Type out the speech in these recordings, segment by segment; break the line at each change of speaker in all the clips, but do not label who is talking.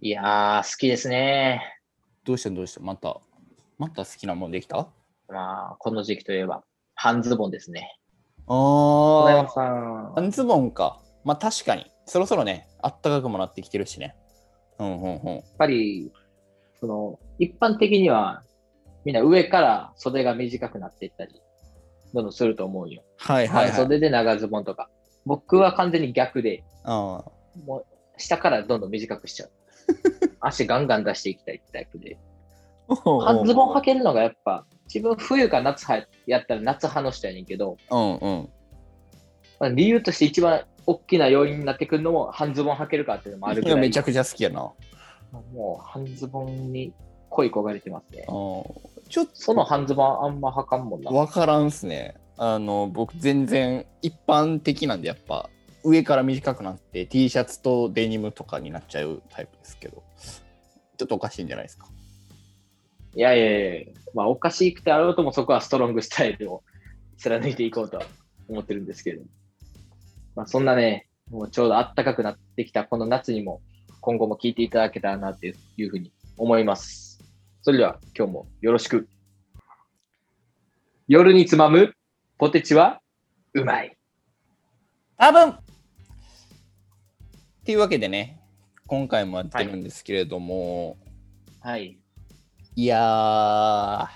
いやー、好きですね。
どうしたどうしたまた、また好きなもんできた
まあ、この時期といえば、半ズボンですね。小
あ
山さん
あ、半ズボンか。まあ確かに、そろそろね、あったかくもなってきてるしね。うんうんうん。
やっぱり、その、一般的には、みんな上から袖が短くなっていったり、どんどんすると思うよ。
はい
半
はい、はい。
袖で長ズボンとか。僕は完全に逆で、
ああ
もう、下からどんどん短くしちゃ う。足ガンガン出していきたいタイプで。半ズボン
は
履けるのがやっぱ、自分冬か夏はやったら夏派の人やねんけど、
うんうん。
まあ理由として一番大きな要因になってくるのも半ズボン履けるかっていうのもある
い
ぐ
や
ら
め
い
ちゃくちゃ好きやな。あ
もう半ズボンに恋焦がれてますね
あ。ちょっ
その半ズボンあんま履かんもんな
と、。わからんっすね。あの、僕全然一般的なんで、やっぱ、上から短くなって T シャツとデニムとかになっちゃうタイプですけど、ちょっとおかしいんじゃないですか。
いやいやいや、まあおかしくてあろうともそこはストロングスタイルを貫いていこうとは思ってるんですけど。まあそんなね、もうちょうど暖かくなってきたこの夏にも今後も聞いていただけたらなっていうふうに思います。それでは今日もよろしく。夜につまむポテチはうまい。
多分っていうわけでね、今回もやってるんですけれども、
はい。
い、やー、好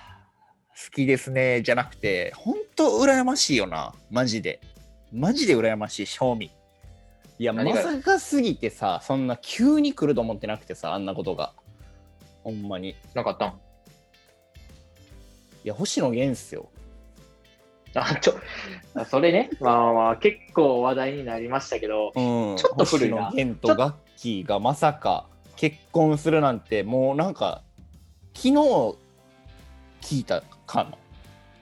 きですね、じゃなくて、本当羨ましいよな、マジで。マジで羨ましい、賞味。いや、ま
何が
さかすぎてさ、そんな急に来ると思ってなくてさ、あんなことが。ほんまに。い
なんかあったん
や、星野源っすよ。
あ、ちょ、あそれね、まあまあまあ、結構話題になりましたけど、
うん、
ちょっと古いな
星野源とガッキーがまさか結婚するなんてもうなんか昨日聞いたかの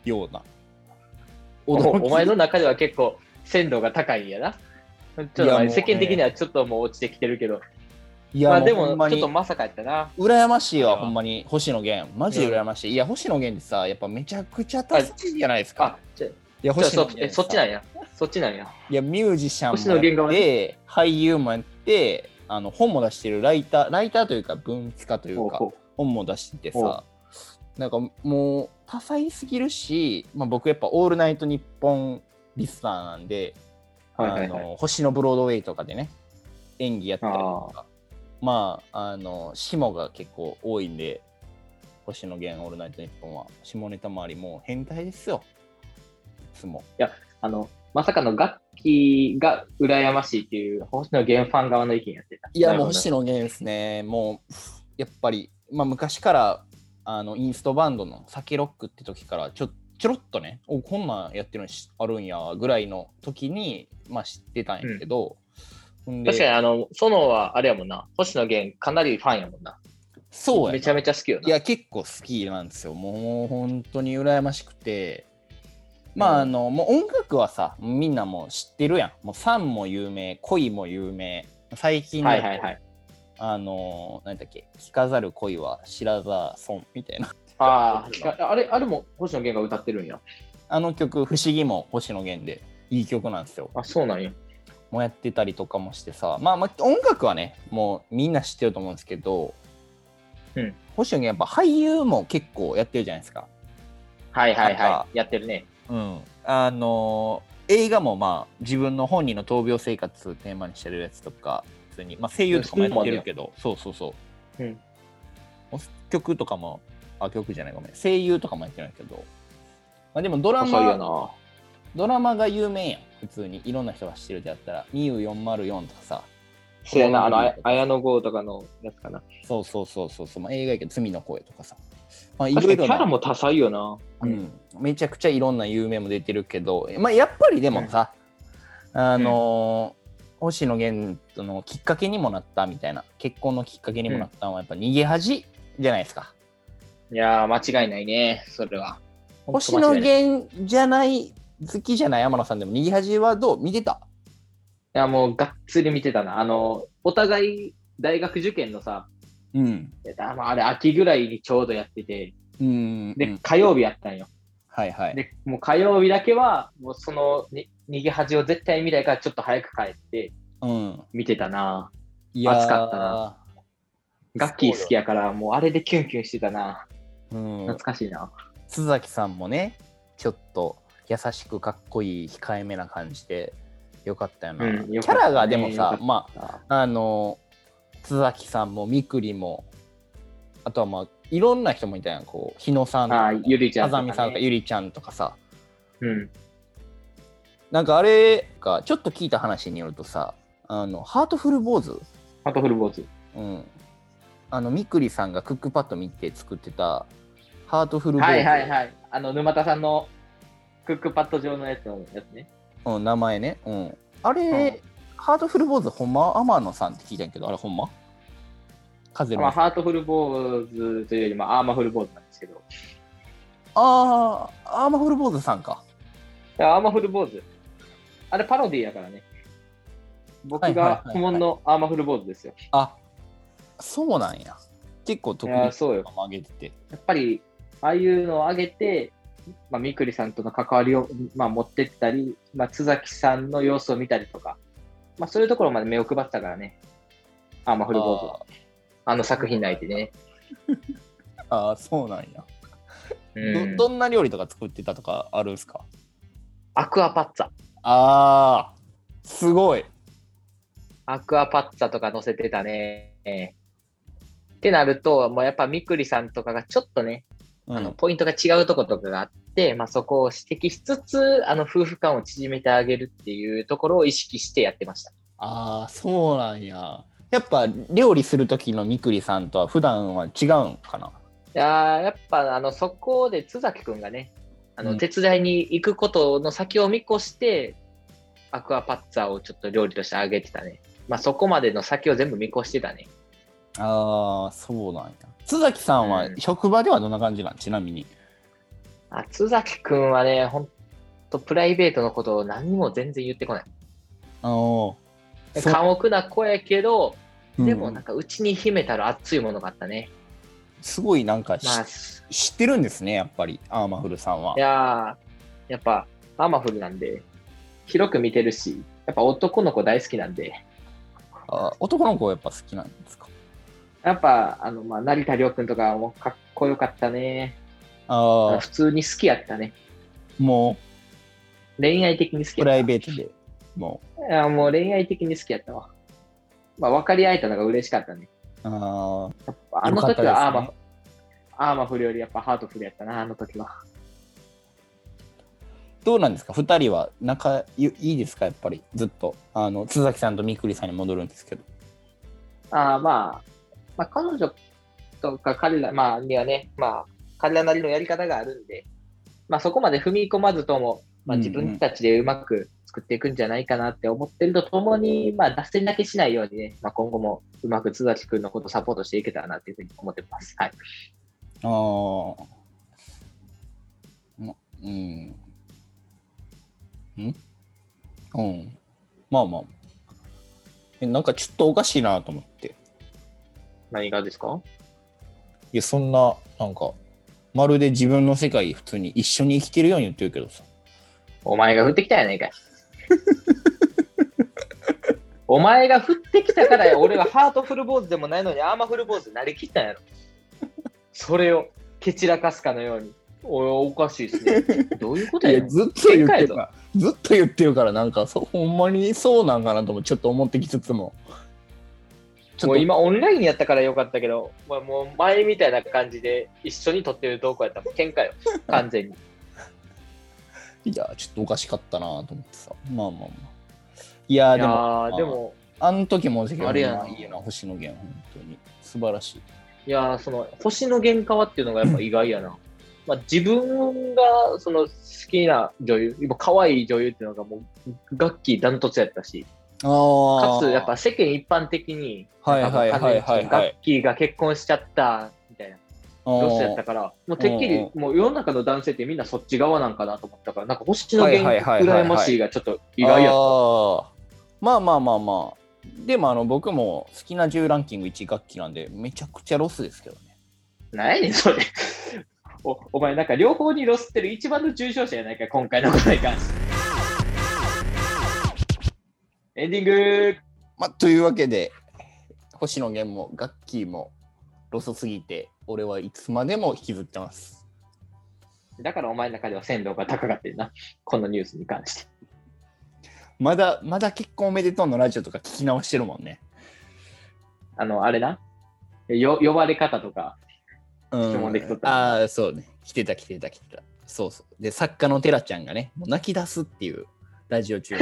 ような
お
驚き
お前の中では結構鮮度が高いんやな。ちょっと
いや
まあ
もうね
世間的にはちょっともう落ちてきてるけど、
い
ま
や
あで
もうほ
も
んま
ちょっ
に
とまさかやったな。
羨ましい
あれ
わ
は
ほんまに星野源マジで羨ましいいや星野源ってさやっぱめちゃくちゃ多才じゃないです
あ
か、
じゃあ
いや
じゃあ
星野
そ
源
え
さ
そっちなんや。そっちなんや。
いやミュージシャ
星野
ン
源
もや
側
って俳優もやってあの本も出してるライターライターというか文化というか
ほうほ
本も出してて
おう
さなんかもう多彩すぎるし、まあ、僕やっぱ「オールナイトニッポン」リスナーなんで、
うはいはい
あ
はい。
の星のブロードウェイとかでね演技やったりとかまああの下が結構多いんで星野源「オールナイトニッポン」は下ネタ周りもう変態ですよいつも
あの、まさかの楽器が羨ましいっていう、星野源ファン側の意見やってた。
いや
なる
もう
ほど
星野源ですねもうやっぱり、まあ、昔からあのインストバンドの「酒ロック」って時からちょちょろっとねおこんなんやってるのしあるんやぐらいの時に、まあ、知ってたんやけど、ほんで
確かにあの、ソノはあれやもんな。星野源かなりファンやもんな。
そうやな
めちゃめちゃ好きよな。
いや結構好きなんですよもう本当に羨ましくてまああのもう音楽はさみんなもう知ってるやんもう「サン」も有名「恋」も有名最近だ
は
と
いはいはい。
あの何だっけ「着飾る恋は知らざ損」みたいな
ああ、聞かあれ、あれも星野源が歌ってるんや。
あの曲「不思議」も星野源でいい曲なんですよ。
あ、そうなんや。
もうやってたりとかもしてさまあまあ音楽はねもうみんな知ってると思うんですけど、
うん
星野源やっぱ俳優も結構やってるじゃないですか。
はいはい
なんか
はい。やってるね。
うん、あのー映画もまあ自分の本人の闘病生活をテーマにしてるやつとか普通に、まあ、声優とかもやってるけどそうそうそう、
うん
お曲とかもあ曲じゃないごめん声優とかもやってないけど、まあ、でもドラ
細いよ
マ
な。
ドラマが有名やん普通にいろんな人が知ってるであったら「MIU404」とかさ
そうやな、あの、あ綾野剛とかのやつかな。
そうそうそうそうそう、まあ、映画やけど「罪の声」とかさ、まあ、い
確
ろ
か
い
にキ
ろ
ャラ
な、
も多彩よな。
うん、めちゃくちゃいろんな有名も出てるけど、まあ、やっぱりでもさ、あのー星野源とのきっかけにもなったみたいな結婚のきっかけにもなったのはやっぱ逃げ恥じゃないですか、
いやー、間違いないね、それは。
星野
い
源じゃない好きじゃない天野さんでも逃げ恥はどう見てた
や、もうがっつり見てたな。あの、お互い大学受験のさ、
うん
えあまああれ、秋ぐらいにちょうどやってて、
うんう
で
ん、
火曜日やったんよ。
はいはい
で、もう火曜日だけは、もうそのに逃げ恥を絶対見ないから、ちょっと早く帰って
うん
見てたな。
いやー
熱かったなガッキー好きやから、もうあれでキュンキュンしてたな。
うん
懐、かしいな。
須崎さんもねちょっと優しくかっこいい控えめな感じでよかったよな、
うんよ
キ
かったね
ャラがでも
よかっ
さ
た
まああの須崎さんもみくりもあとはまあいろんな人もいたやんこう日野さんと
あ
か
あ、ゆりちゃん
あ
とか、
ざ
ね。
みさんとかゆりちゃんとかさ
うん。
なんかあれかちょっと聞いた話によるとさあのハートフル坊主
あとフルボーズ。
うんあのみくりさんがクックパッド見て作ってたハートフル坊主、
はいはいはい。あの、沼田さんのクックパッド上のやつのやつね。
うん、名前ね。うん。あれ、ハートフル坊主、ほんま天野さんって聞いたんやけど、あれほんま風の。
まあ、
あ
ハートフルボーズというより、まあ、アーマフルボーズなんですけど。
あー、アーマフル坊主さんか。
いやアーマフル坊主。あれパロディーやからね。僕
はいはい
が
はいはい
顧問のアーマフル坊主ですよ。
あ、そうなんや。結構
い
特
や、
に
そうよ。
上げてて。
やっぱり、ああいうのを上げて、まあ、みくりさんとの関わりを、まあ、持ってったり、まあ、津崎さんの様子を見たりとか、まあ、そういうところまで目を配ってたからね。アーマフル坊主は。
あ
あの作品内でね。
ーあー、そうなんや、
うん
ど。どんな料理とか作ってたとかあるんすか
アクアパッツァ。
ああ、すごい。
アクアパッツァとか載せてたね。ってなると、もうやっぱみくりさんとかがちょっとね、
うん、
あのポイントが違うとことかがあって、まあ、そこを指摘しつつ、あの夫婦間を縮めてあげるっていうところを意識してやってました。
ああ、そうなんや。やっぱ料理する時のみくりさんとは普段は違うんかない
やーやっぱあのそこで津崎くんがね、あ
う
の
ん
手伝いに行くことの先を見越して、アクアパッツァをちょっと料理としてあげてたね。まあ、そこまでの先を全部見越してたね。
ああ、そうなんや。津崎さんは
うん
職場ではどんな感じなん、ちなみに。
あ津崎くんはね、ほんとプライベートのことを何も全然言ってこない。
あの
で
そう
寡黙な子やけど、でも
うん
なんかうちに秘めたら熱いものがあったね。
すごいなんかし、
まあ、。
知ってるんですね、やっぱり、アーマフルさんはい
やーやっぱアーマフルなんで、広く見てるし、やっぱ男の子大好きなんで、
あ男の子はやっぱ好きなんですか
やっぱあの、まあ、成田凌君とかもかっこよかったね。
ああ
普、通に好きやったね。
も
恋愛的に好
う
き
プ
や
ラ
っ
イベートでも
た。いやもう恋愛的に好きやったわ。まあ、分かり合えたのが嬉しかったね。
う、あ
あの時
よ
はア
か
ー
っ
マ
た
フ
ですね
ル、アーマフルよりやっぱハートフルやったな、あの時は。
あ、どうなんですか、2人は仲いいいですか、やっぱり、ずっと。あの津崎さんとみくりさんに戻るんですけど。
あーまあ、まあ、彼女とか彼ら、まあ、にはね、まあ、彼らなりのやり方があるんで、まあ、そこまで踏み込まずとも、まあ、
うんう
自
ん
分たちでうまく作っていくんじゃないかなって思ってるとともに、まあ、脱線だけしないようにね、まあ、今後もうまく津崎君のことをサポートしていけたらなっていうふうに思ってます。はい。
ああ、まうん。んうん。まあまあ。え、なんかちょっとおかしいなと思って。
何がですか
いや、そんな、なんか、まるで自分の世界普通に一緒に生きてるように言ってるけどさ。
お前が降ってきたやないかい。 お前が降ってきたから俺はハートフル坊主でもないのにアーマフル坊主になりきったんやろ。それを蹴散らかすかのように。おいおかしいですね。どういうことやねん
ずっ
と言ってる
ら、ずっと言ってるから、なんかそ、ほんまにそうなんかなともちょっと思ってきつつも。ち
も
ょ
う
っと、
今オンラインやったからよかったけど、お前もう前みたいな感じで一緒に撮ってる動画やったらもう喧嘩よ。完全に。
いや、ちょっとおかしかったなと思ってさ。まあまあまあ。いや
い
で
や
も、
ーでも、
あの時も
あ
あ
れ
れ
や
や
ない
いよな、星野源、本当に。素晴らしい。
いやーその星の喧嘩はっていうのがやっぱ意外やな。まあ、自分がその好きな女優、今可愛い女優っていうのがもう楽器ダントツやったし、
あ
かつやっぱ、世間一般的に、
はいはいはいはいはい
楽器が結婚しちゃったみたいなロスやったから、もうてっきり
う
もう世の中の男性ってみんなそっち側なんかなと思ったから、なんか星の喧
は
嘩
いはいはいはいは
羨
い
ましいがちょっと意外やった。
あーまあまあまあまあ。でもあの僕も好きな10ランキング1楽器なんで、めちゃくちゃロスですけどね。
何やねんそれ。おお前なんか両方にロスってる一番の重症者やないか、今回のことに関して。エンディング
まあ、というわけで、星野源も楽器もロソすぎて、俺はいつまでも引きずってます。
だからお前の中では鮮度が高かったよな、このニュースに関して。
まだ、まだ結婚おめでとうのラジオとか聞き直してるもんね。
あの、あれな、よ呼ばれ方とか、
うん
質問できとった
ああ、そうね。来てた来てた来てた。そうそう。で、作家のテラちゃんがね、もう泣き出すっていうラジオ 中。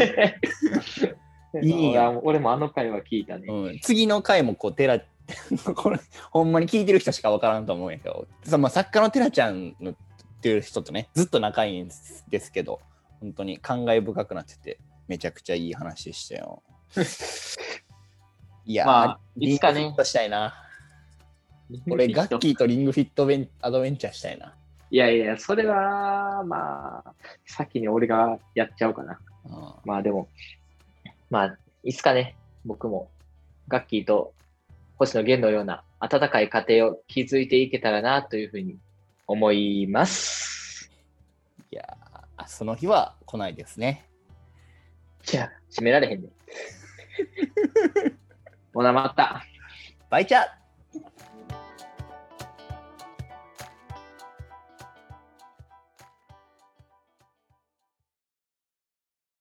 いいや
俺俺もあの回は聞いたね。
うん、次の回もこうテラ これほんまに聞いてる人しかわからんと思うんやけどさ、まあ、作家のテラちゃんのっていう人とねずっと仲いいんですですけど本当に感慨深くなっててめちゃくちゃいい話でしたよいやー、
まあいつかね
リングフィットしたいな俺ガッキーとリングフィットベンアドベンチャーしたいない
やいや、それは、まあ、先に俺がやっちゃおうかな。
うん
まあでも、まあ、いつかね、僕も、ガッキーと星野源のような温かい家庭を築いていけたらな、というふうに思います。
いやーあその日は来ないですね
いや、締められへんで、ね。ほな、また。
バイチャー